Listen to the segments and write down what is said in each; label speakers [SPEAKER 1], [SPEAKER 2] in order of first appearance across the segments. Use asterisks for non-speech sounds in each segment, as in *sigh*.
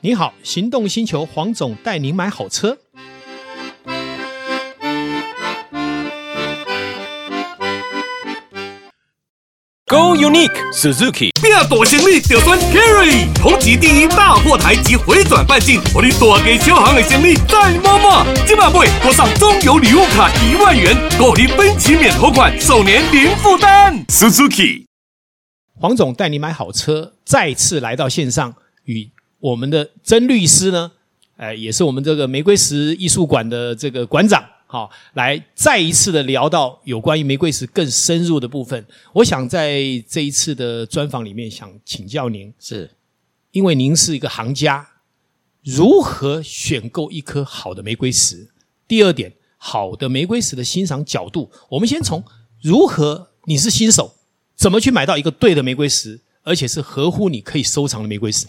[SPEAKER 1] 你好，行动星球黄总带您买好车。
[SPEAKER 2] Go Unique Suzuki，
[SPEAKER 3] 变大行李就选 Carry，同级第一大货台及回转半径，我你大给小行的行李再摸摸。今晚会多上中油礼物卡一万元，够你分期免头款，首年零负担。Suzuki
[SPEAKER 1] 黄总带你买好车，再次来到线上，与我们的曾律师呢，呃，也是我们这个玫瑰石艺术馆的这个馆长，好、来再一次的聊到有关于玫瑰石更深入的部分。我想在这一次的专访里面，想请教您，
[SPEAKER 4] 是
[SPEAKER 1] 因为您是一个行家，如何选购一颗好的玫瑰石？第二点，好的玫瑰石的欣赏角度，我们先从如何你是新手，怎么去买到一个对的玫瑰石，而且是合乎你可以收藏的玫瑰石。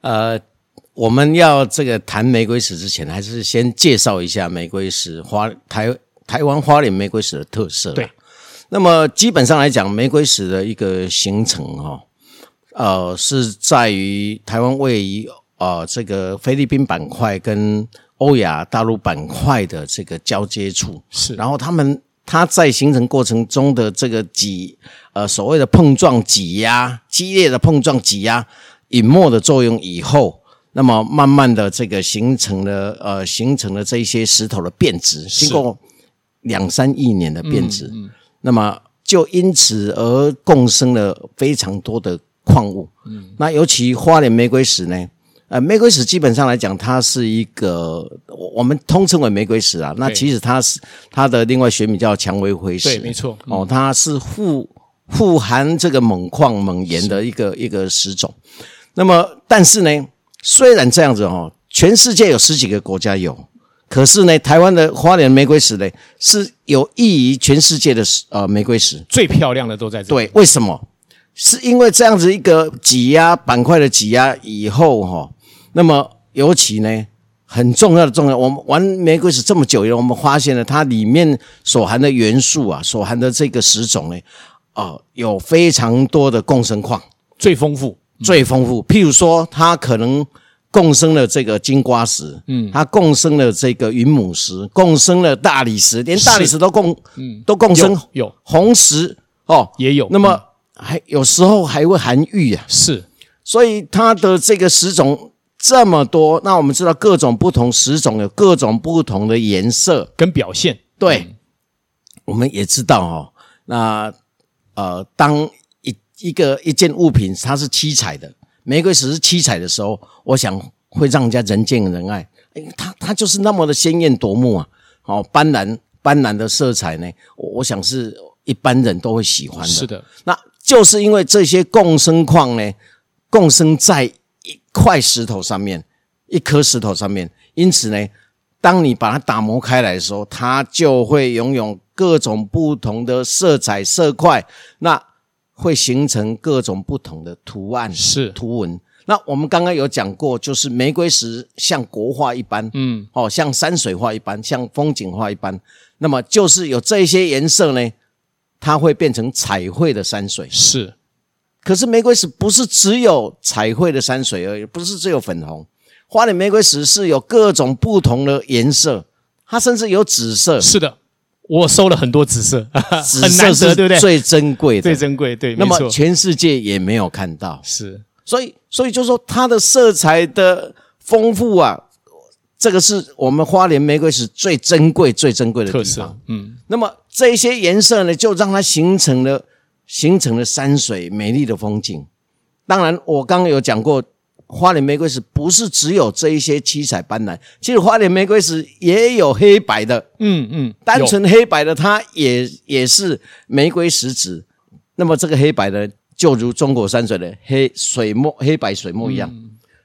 [SPEAKER 4] 呃，我们要这个谈玫瑰石之前，还是先介绍一下玫瑰石花台台湾花莲玫瑰石的特色。
[SPEAKER 1] 对，
[SPEAKER 4] 那么基本上来讲，玫瑰石的一个形成哈、哦，呃，是在于台湾位于呃这个菲律宾板块跟欧亚大陆板块的这个交接处。
[SPEAKER 1] 是
[SPEAKER 4] 然后他们它在形成过程中的这个挤呃所谓的碰撞挤压，激烈的碰撞挤压隐没的作用以后，那么慢慢的这个形成了呃形成了这一些石头的变质，经过两三亿年的变质，那么就因此而共生了非常多的矿物。嗯，那尤其花莲玫瑰石呢？呃，玫瑰石基本上来讲，它是一个我我们通称为玫瑰石啊。那
[SPEAKER 1] 对
[SPEAKER 4] 其实它是它的另外学名叫蔷薇灰石，
[SPEAKER 1] 对没错嗯
[SPEAKER 4] 哦，它是富富含这个锰矿锰盐的一个一个石种。那么，但是呢，虽然这样子哦，全世界有十几个国家有，可是呢，台湾的花莲玫瑰石呢是有益于全世界的呃玫瑰石。
[SPEAKER 1] 最漂亮的都在这里。
[SPEAKER 4] 对，为什么？是因为这样子一个挤压板块的挤压以后哈、那么尤其呢，很重要的重要，我们玩玫瑰石这么久以来，我们发现了它里面所含的元素啊，所含的这个石种呢，呃，有非常多的共生矿。
[SPEAKER 1] 最丰富。
[SPEAKER 4] 最丰富。譬如说，它可能共生了这个金瓜石，嗯，它共生了这个云母石，共生了大理石，连大理石都共，嗯，都共生
[SPEAKER 1] 有有
[SPEAKER 4] 红石哦，
[SPEAKER 1] 也有嗯
[SPEAKER 4] 那么还有时候还会含玉啊，
[SPEAKER 1] 是
[SPEAKER 4] 所以它的这个石种这么多，那我们知道各种不同石种有各种不同的颜色，
[SPEAKER 1] 跟表现
[SPEAKER 4] 对，我们也知道哦，那呃，当一一个一件物品它是七彩的，玫瑰石是七彩的时候，我想会让人家人见人爱，哎，它它就是那么的鲜艳夺目啊，哦，斑斓斑斓的色彩呢，我我想是一般人都会喜欢的。
[SPEAKER 1] 是的，
[SPEAKER 4] 那就是因为这些共生矿呢，共生在一块石头上面，一颗石头上面，因此呢，当你把它打磨开来的时候，它就会拥有各种不同的色彩色块，那会形成各种不同的图案
[SPEAKER 1] 是
[SPEAKER 4] 图文。那我们刚刚有讲过，就是玫瑰石像国画一般，嗯，哦，像山水画一般，像风景画一般。那么就是有这些颜色呢，它会变成彩绘的山水。
[SPEAKER 1] 是
[SPEAKER 4] 可是玫瑰石不是只有彩绘的山水而已，不是只有粉红。花莲玫瑰石是有各种不同的颜色，它甚至有紫色，
[SPEAKER 1] 是的，我收了很多紫色，*laughs*
[SPEAKER 4] 紫
[SPEAKER 1] 很
[SPEAKER 4] 色
[SPEAKER 1] 难
[SPEAKER 4] 是
[SPEAKER 1] 得，对不对？
[SPEAKER 4] 最珍贵
[SPEAKER 1] 最
[SPEAKER 4] 的。
[SPEAKER 1] 珍贵，对，
[SPEAKER 4] 那
[SPEAKER 1] 没
[SPEAKER 4] 么
[SPEAKER 1] 错
[SPEAKER 4] 全世界也没有看到，
[SPEAKER 1] 是
[SPEAKER 4] 所以所以就说它的色彩的丰富啊，这个是我们花莲玫瑰石最珍贵、最珍贵的
[SPEAKER 1] 特
[SPEAKER 4] 地方
[SPEAKER 1] 色。，嗯，
[SPEAKER 4] 那么这些颜色呢，就让它形成了形成了山水美丽的风景。当然，我刚刚有讲过，花莲玫瑰石不是只有这一些七彩斑斓，其实花莲玫瑰石也有黑白的，
[SPEAKER 1] 嗯嗯，
[SPEAKER 4] 单
[SPEAKER 1] 有
[SPEAKER 4] 纯黑白的它也也是玫瑰石子。那么这个黑白的，就如中国山水的黑水墨、黑白水墨一样，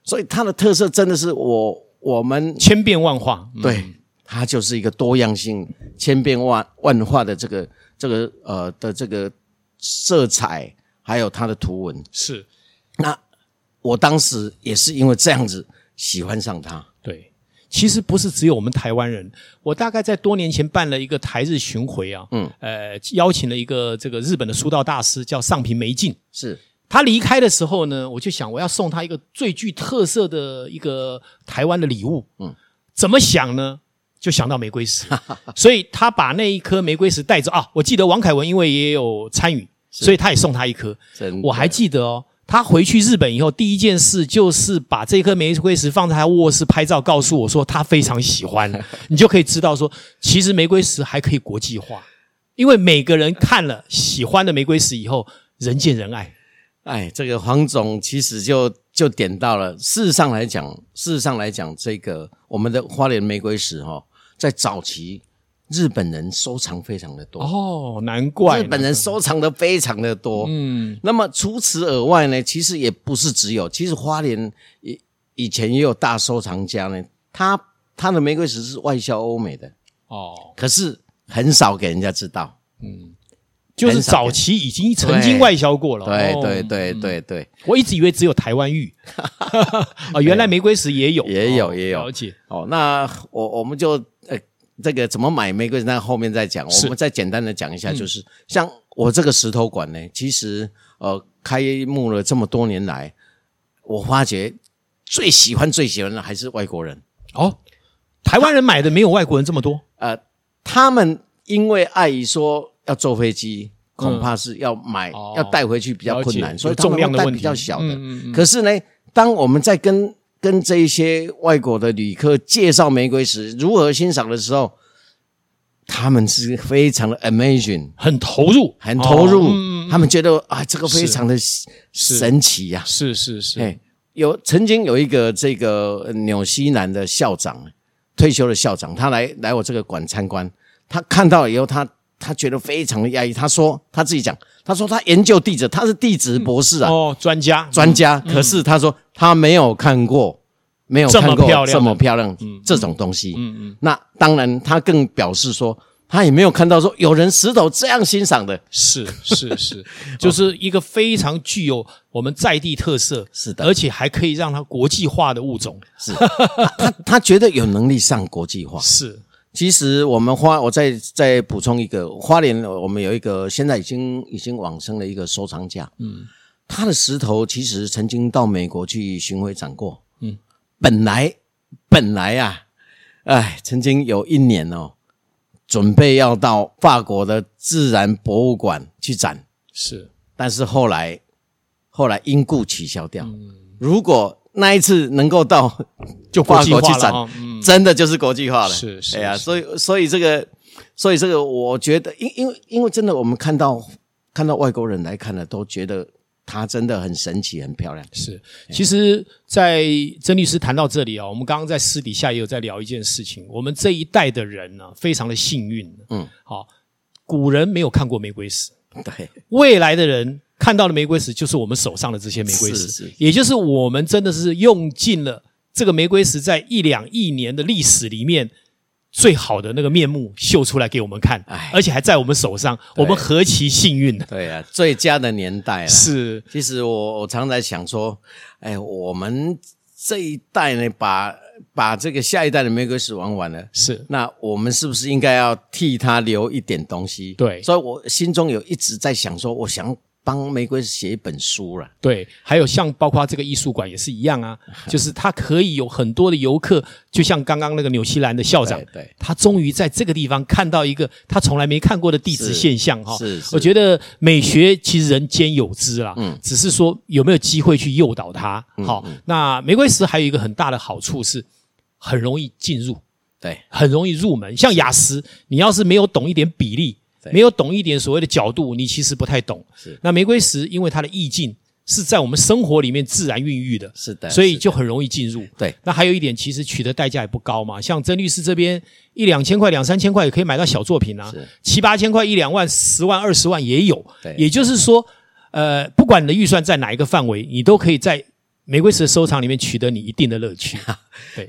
[SPEAKER 4] 所以它的特色真的是我我们
[SPEAKER 1] 千变万化，嗯
[SPEAKER 4] 对，它就是一个多样性、千变万万化的这个这个呃的这个色彩，还有它的图文。
[SPEAKER 1] 是
[SPEAKER 4] 那我当时也是因为这样子喜欢上它。
[SPEAKER 1] 对，其实不是只有我们台湾人，我大概在多年前办了一个台日巡回啊，嗯，呃，邀请了一个这个日本的书道大师叫上平梅进，
[SPEAKER 4] 是
[SPEAKER 1] 他离开的时候呢，我就想我要送他一个最具特色的一个台湾的礼物。嗯，怎么想呢？就想到玫瑰石，所以他把那一颗玫瑰石带走啊。我记得王凯文因为也有参与，所以他也送他一颗
[SPEAKER 4] 真的。
[SPEAKER 1] 我还记得哦，他回去日本以后，第一件事就是把这颗玫瑰石放在他卧室拍照，告诉我说他非常喜欢。你就可以知道说，其实玫瑰石还可以国际化，因为每个人看了喜欢的玫瑰石以后，人见人爱。
[SPEAKER 4] 哎，这个黄总其实就就点到了。事实上来讲，事实上来讲，这个我们的花莲玫瑰石哦，在早期日本人收藏非常的多，
[SPEAKER 1] 哦，难怪
[SPEAKER 4] 日本人收藏的非常的多。嗯，那么除此而外呢，其实也不是只有，其实花莲以以前也有大收藏家呢，他他的玫瑰石是外销欧美的，
[SPEAKER 1] 哦，
[SPEAKER 4] 可是很少给人家知道。
[SPEAKER 1] 就是早期已经曾经外销过了。
[SPEAKER 4] 对
[SPEAKER 1] 哦
[SPEAKER 4] 对，对对对，
[SPEAKER 1] 我一直以为只有台湾玉， *laughs* 啊，原来玫瑰石也有，
[SPEAKER 4] *laughs* 也有
[SPEAKER 1] 哦
[SPEAKER 4] 也有
[SPEAKER 1] 了解。
[SPEAKER 4] 哦，那我我们就呃，这个怎么买玫瑰，那后面再讲。
[SPEAKER 1] 是嗯
[SPEAKER 4] 我们再简单的讲一下，就是、像我这个石头馆呢，其实呃，开幕了这么多年来，我发觉最喜欢最喜欢的还是外国人。
[SPEAKER 1] 哦，台湾人买的没有外国人这么多。
[SPEAKER 4] 呃，他们因为碍于说要坐飞机，恐怕是要买、
[SPEAKER 1] 哦
[SPEAKER 4] 要带回去比较困
[SPEAKER 1] 了解
[SPEAKER 4] 难，所以
[SPEAKER 1] 有重量的
[SPEAKER 4] 他们
[SPEAKER 1] 问题嗯
[SPEAKER 4] 会带比较小的。可是呢，当我们在跟跟这一些外国的旅客介绍玫瑰石如何欣赏的时候，他们是非常的 amazing，
[SPEAKER 1] 很投入，
[SPEAKER 4] 很投入，
[SPEAKER 1] 哦嗯
[SPEAKER 4] 他们觉得啊，这个非常的神奇呀、
[SPEAKER 1] 是是是，
[SPEAKER 4] 哎，有曾经有一个这个呃纽西兰的校长，退休的校长，他来来我这个馆参观，他看到了以后，他他觉得非常的压抑。他说他自己讲，他说他研究地质，他是地质博士啊，
[SPEAKER 1] 哦，专家
[SPEAKER 4] 专家，可是他说他没有看过，没有
[SPEAKER 1] 这么
[SPEAKER 4] 看过
[SPEAKER 1] 漂亮的
[SPEAKER 4] 这么漂亮这种东西。嗯嗯，那当然，他更表示说。他也没有看到说有人石头这样欣赏的，
[SPEAKER 1] 是是是， *laughs* 就是一个非常具有我们在地特色，
[SPEAKER 4] 是的
[SPEAKER 1] 而且还可以让它国际化的物种，
[SPEAKER 4] 他他觉得有能力上国际化，
[SPEAKER 1] 是
[SPEAKER 4] 其实我们花，我再再补充一个，花莲我们有一个现在已经已经往生的一个收藏家，嗯，他的石头其实曾经到美国去巡回展过，嗯，本来本来啊，哎，曾经有一年哦，准备要到法国的自然博物馆去展，
[SPEAKER 1] 是
[SPEAKER 4] 但是后来后来因故取消掉。如果那一次能够到
[SPEAKER 1] 就国
[SPEAKER 4] 法
[SPEAKER 1] 际
[SPEAKER 4] 国
[SPEAKER 1] 化
[SPEAKER 4] 去
[SPEAKER 1] 了
[SPEAKER 4] 展
[SPEAKER 1] 哈，嗯，
[SPEAKER 4] 真的就是国际化了。
[SPEAKER 1] 是是
[SPEAKER 4] 哎呀，
[SPEAKER 1] 是
[SPEAKER 4] 所以所以这个，所以这个，我觉得，因因为因为真的，我们看到看到外国人来看了，都觉得它真的很神奇，很漂亮。 *laughs*
[SPEAKER 1] 是，其实，在曾律师谈到这里啊，我们刚刚在私底下也有在聊一件事情，我们这一代的人呢、非常的幸运，嗯，好，古人没有看过玫瑰石，
[SPEAKER 4] 对，
[SPEAKER 1] 未来的人看到的玫瑰石，就是我们手上的这些玫瑰石，
[SPEAKER 4] 是是
[SPEAKER 1] 也就是我们真的是用尽了这个玫瑰石在一两亿年的历史里面最好的那个面目秀出来给我们看
[SPEAKER 4] 哎，
[SPEAKER 1] 而且还在我们手上，我们何其幸运呢？
[SPEAKER 4] 对啊，最佳的年代了。，啊
[SPEAKER 1] 是
[SPEAKER 4] 其实我我常在想说，哎，我们这一代呢，把把这个下一代的玫瑰石玩完了。
[SPEAKER 1] 是，
[SPEAKER 4] 那我们是不是应该要替他留一点东西？
[SPEAKER 1] 对
[SPEAKER 4] 所以我心中有一直在想说，我想帮玫瑰写一本书了。
[SPEAKER 1] 对，还有像包括这个艺术馆也是一样
[SPEAKER 4] *laughs*
[SPEAKER 1] 啊，就是它可以有很多的游客，就像刚刚那个纽西兰的校长
[SPEAKER 4] 对，对
[SPEAKER 1] 他终于在这个地方看到一个他从来没看过的地质
[SPEAKER 4] 是
[SPEAKER 1] 现象哈、
[SPEAKER 4] 是是
[SPEAKER 1] 我觉得美学其实人皆有之啦，嗯，只是说有没有机会去诱导它。
[SPEAKER 4] 嗯
[SPEAKER 1] 好、那玫瑰石还有一个很大的好处是，很容易进入。
[SPEAKER 4] 对，
[SPEAKER 1] 很容易入门。像雅思，你要是没有懂一点比例，没有懂一点所谓的角度，你其实不太懂。那玫瑰石，因为它的意境是在我们生活里面自然孕育的，
[SPEAKER 4] 是的
[SPEAKER 1] 所以
[SPEAKER 4] 是的
[SPEAKER 1] 就很容易进入。
[SPEAKER 4] 对，
[SPEAKER 1] 那还有一点，其实取得代价也不高嘛。像曾律师这边一两千块、两三千块也可以买到小作品啊
[SPEAKER 4] 是，
[SPEAKER 1] 七八千块、一两万、十万、二十万也有。
[SPEAKER 4] 对
[SPEAKER 1] 也就是说，呃，不管你的预算在哪一个范围，你都可以在玫瑰石的收藏里面取得你一定的乐
[SPEAKER 4] *laughs*
[SPEAKER 1] 趣。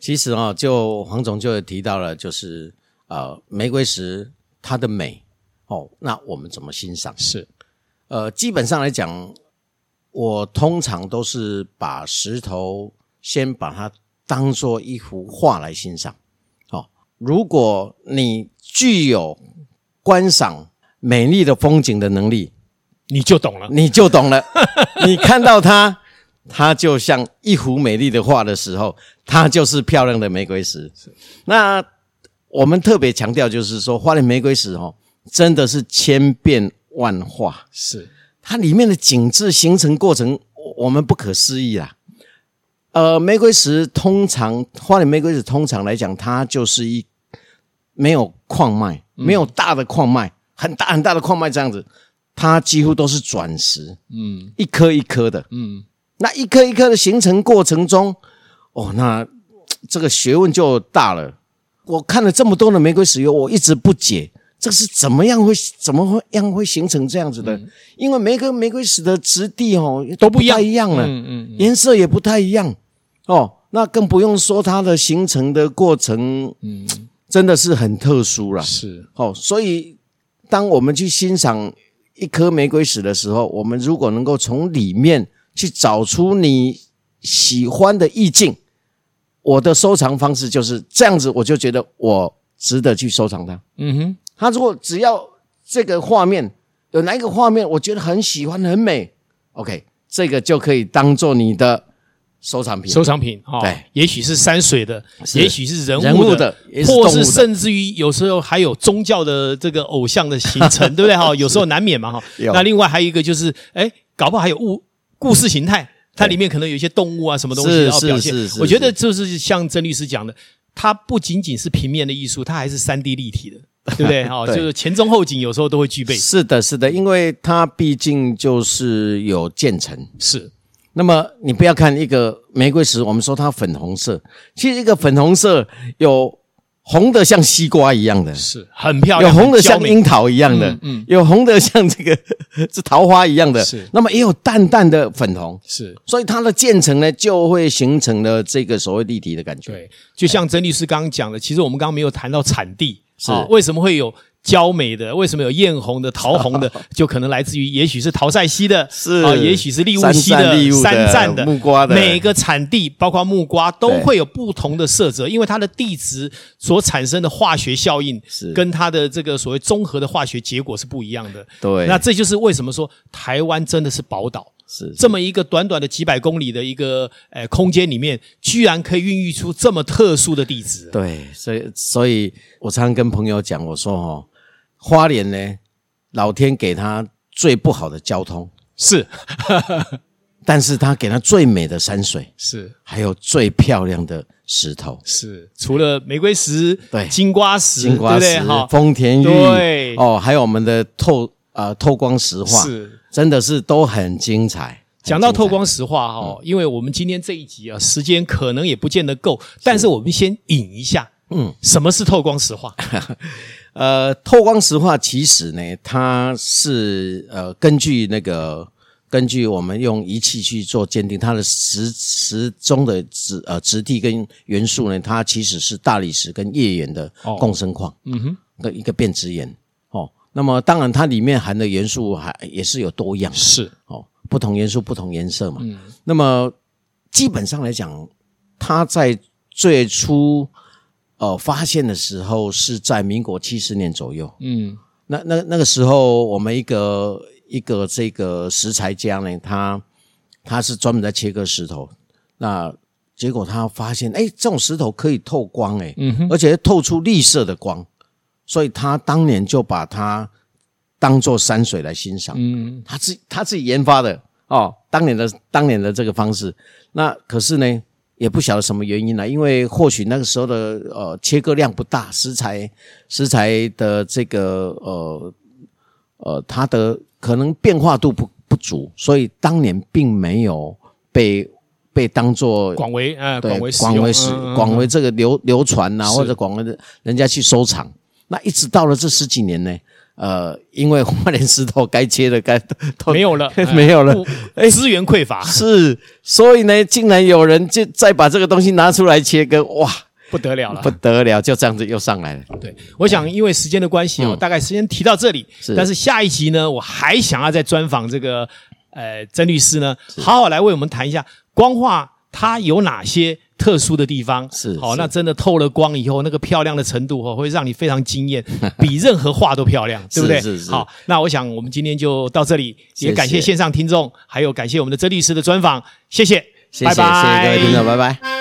[SPEAKER 4] 其实啊、哦，就黄总就有提到了，就是呃，玫瑰石它的美哦，那我们怎么欣赏？
[SPEAKER 1] 是
[SPEAKER 4] 呃，基本上来讲，我通常都是把石头先把它当做一幅画来欣赏。哦，如果你具有观赏美丽的风景的能力，
[SPEAKER 1] 你就懂了。
[SPEAKER 4] *laughs* 你就懂了。你看到它，它就像一幅美丽的画的时候，它就是漂亮的玫瑰石。那我们特别强调，就是说花莲玫瑰石哦，真的是千变万化，
[SPEAKER 1] 是
[SPEAKER 4] 它里面的景致形成过程，我我们不可思议啊啦。呃，玫瑰石通常花莲玫瑰石通常来讲，它就是一没有矿脉，
[SPEAKER 1] 嗯
[SPEAKER 4] 没有大的矿脉，很大很大的矿脉这样子，它几乎都是转石，嗯，一颗一颗的，嗯，那一颗一颗的形成过程中，哦，那这个学问就大了。我看了这么多的玫瑰石油，我一直不解，这个是怎么样会怎么会样会形成这样子的？因为每个玫瑰石的质地哦
[SPEAKER 1] 嗯都不一样
[SPEAKER 4] 太一样了，
[SPEAKER 1] 嗯嗯
[SPEAKER 4] 颜色也不太一样哦。那更不用说它的形成的过程，嗯，真的是很特殊了。
[SPEAKER 1] 是，
[SPEAKER 4] 哦，所以当我们去欣赏一颗玫瑰石的时候，我们如果能够从里面去找出你喜欢的意境，我的收藏方式就是这样子，我就觉得我值得去收藏它。
[SPEAKER 1] 嗯哼，
[SPEAKER 4] 它如果只要这个画面有哪一个画面，我觉得很喜欢、很美，OK，这个就可以当做你的收藏品。
[SPEAKER 1] 收藏品哈，
[SPEAKER 4] 对
[SPEAKER 1] 也许是山水的，
[SPEAKER 4] 是
[SPEAKER 1] 也许是人
[SPEAKER 4] 人
[SPEAKER 1] 物
[SPEAKER 4] 物
[SPEAKER 1] 的
[SPEAKER 4] 的也，是动物
[SPEAKER 1] 或
[SPEAKER 4] 的
[SPEAKER 1] 是甚至于有时候还有宗教的这个偶像的形
[SPEAKER 4] *laughs*
[SPEAKER 1] 成，对不对哈？有时候难免嘛哈。
[SPEAKER 4] 有嗯
[SPEAKER 1] 那另外还有一个就是，哎，搞不好还有物故事形态，它里面可能有一些动物啊什么东西
[SPEAKER 4] 是
[SPEAKER 1] 要表现
[SPEAKER 4] 是是。是
[SPEAKER 1] 我觉得就是像曾律师讲的，它不仅仅是平面的艺术，它还是三 D 立体的。对不对？哈，就
[SPEAKER 4] *laughs* 对
[SPEAKER 1] 是前中后景有时候都会具备，
[SPEAKER 4] 是的，是的，因为它毕竟就是有建成。
[SPEAKER 1] 是
[SPEAKER 4] 那么你不要看一个玫瑰石，我们说它粉红色，其实一个粉红色有红的像西瓜一样的，
[SPEAKER 1] 是很漂
[SPEAKER 4] 有
[SPEAKER 1] 亮，
[SPEAKER 4] 红的
[SPEAKER 1] 很娇
[SPEAKER 4] 像
[SPEAKER 1] 美
[SPEAKER 4] 樱桃一样的，
[SPEAKER 1] 嗯嗯
[SPEAKER 4] 有红的像这个这桃花一样的
[SPEAKER 1] 是，
[SPEAKER 4] 那么也有淡淡的粉红，
[SPEAKER 1] 是
[SPEAKER 4] 所以它的建成呢就会形成了这个所谓立体的感觉。
[SPEAKER 1] 对，就像曾律师刚刚讲的，其实我们刚刚没有谈到产地，
[SPEAKER 4] 是
[SPEAKER 1] 啊为什么会有娇美的，为什么有艳红的、桃红
[SPEAKER 4] *laughs*
[SPEAKER 1] 的，就可能来自于也许是陶塞西的，
[SPEAKER 4] 是
[SPEAKER 1] 啊，也许是利物西
[SPEAKER 4] 山
[SPEAKER 1] 的
[SPEAKER 4] 赞利物、的
[SPEAKER 1] 山赞的、
[SPEAKER 4] 木瓜的
[SPEAKER 1] 每个产地包括木瓜都
[SPEAKER 4] 对
[SPEAKER 1] 会有不同的色泽，因为它的地质所产生的化学效应
[SPEAKER 4] 是
[SPEAKER 1] 跟它的这个所谓综合的化学结果是不一样的。
[SPEAKER 4] 对
[SPEAKER 1] 那这就是为什么说台湾真的是宝岛。
[SPEAKER 4] 是
[SPEAKER 1] 这么一个短短的几百公里的一个呃空间里面，居然可以孕育出这么特殊的地质。
[SPEAKER 4] 对，所以所以我常常跟朋友讲，我说哦，花莲呢，老天给他最不好的交通，
[SPEAKER 1] 是
[SPEAKER 4] 但是他给他最美的山水，
[SPEAKER 1] 是
[SPEAKER 4] 还有最漂亮的石头，
[SPEAKER 1] 是，除了玫瑰石、
[SPEAKER 4] 对
[SPEAKER 1] 金瓜石，
[SPEAKER 4] 金瓜
[SPEAKER 1] 对
[SPEAKER 4] 石
[SPEAKER 1] 不对？哈，
[SPEAKER 4] 丰田玉，
[SPEAKER 1] 对
[SPEAKER 4] 哦，还有我们的透呃透光石化，
[SPEAKER 1] 是
[SPEAKER 4] 真的是都很精彩。
[SPEAKER 1] 讲到
[SPEAKER 4] 很精彩
[SPEAKER 1] 透，光石化哈、
[SPEAKER 4] 嗯
[SPEAKER 1] 哦，因为我们今天这一集啊，时间可能也不见得够，但是我们先引一下，嗯，什么是透光石化？
[SPEAKER 4] 呃，透光石化其实呢，它是呃根据那个根据我们用仪器去做鉴定，它的石石中的质呃质地跟元素呢，它其实是大理石跟页岩的
[SPEAKER 1] 哦
[SPEAKER 4] 共生矿，嗯哼，的一个变质岩哦。那么当然，它里面含的元素还也是有多样的，
[SPEAKER 1] 是
[SPEAKER 4] 哦，不同元素不同颜色嘛。那么基本上来讲，它在最初呃发现的时候是在民国七十年左右。
[SPEAKER 1] 嗯，
[SPEAKER 4] 那那那个时候，我们一个一个这个石材家呢，他他是专门在切割石头，那。结果他发现，哎，这种石头可以透光，哎、而且透出绿色的光，所以他当年就把它当做山水来欣赏。
[SPEAKER 1] 嗯
[SPEAKER 4] 他自他自己研发的哦，当年的当年的这个方式。那可是呢，也不晓得什么原因呢、因为或许那个时候的呃切割量不大，食材食材的这个呃呃它的可能变化度不不足，所以当年并没有被被当做
[SPEAKER 1] 广为呃
[SPEAKER 4] 对
[SPEAKER 1] 广为使
[SPEAKER 4] 广
[SPEAKER 1] 用
[SPEAKER 4] 为
[SPEAKER 1] 嗯
[SPEAKER 4] 使
[SPEAKER 1] 嗯嗯
[SPEAKER 4] 广为这个流流传呐、
[SPEAKER 1] 是
[SPEAKER 4] 或者广为的人家去收藏。那一直到了这十几年呢，呃，因为花莲石头该切的该都，
[SPEAKER 1] 没有了
[SPEAKER 4] *laughs*
[SPEAKER 1] 呃
[SPEAKER 4] 没有了哎
[SPEAKER 1] 不，资源匮乏，
[SPEAKER 4] 是，所以呢，竟然有人就再把这个东西拿出来切割，哇，
[SPEAKER 1] 不得了了
[SPEAKER 4] 不。得了，就这样子又上来了。
[SPEAKER 1] 对，我想因为时间的关系哦，
[SPEAKER 4] 嗯
[SPEAKER 1] 大概时间提到这里。
[SPEAKER 4] 是
[SPEAKER 1] 但是下一集呢，我还想要再专访这个呃曾律师呢，好好来为我们谈一下光化它有哪些特殊的地方。
[SPEAKER 4] 是
[SPEAKER 1] 好，
[SPEAKER 4] 是
[SPEAKER 1] 那真的透了光以后，那个漂亮的程度哦，会让你非常惊
[SPEAKER 4] *laughs*
[SPEAKER 1] 艳，比任何画都漂亮，对不对？
[SPEAKER 4] 是是是
[SPEAKER 1] 好，那我想我们今天就到这里，
[SPEAKER 4] 谢
[SPEAKER 1] 也
[SPEAKER 4] 谢
[SPEAKER 1] 感谢线上听众，还有感谢我们的曾律师的专访，谢谢，
[SPEAKER 4] 谢谢谢谢各位听众，拜拜。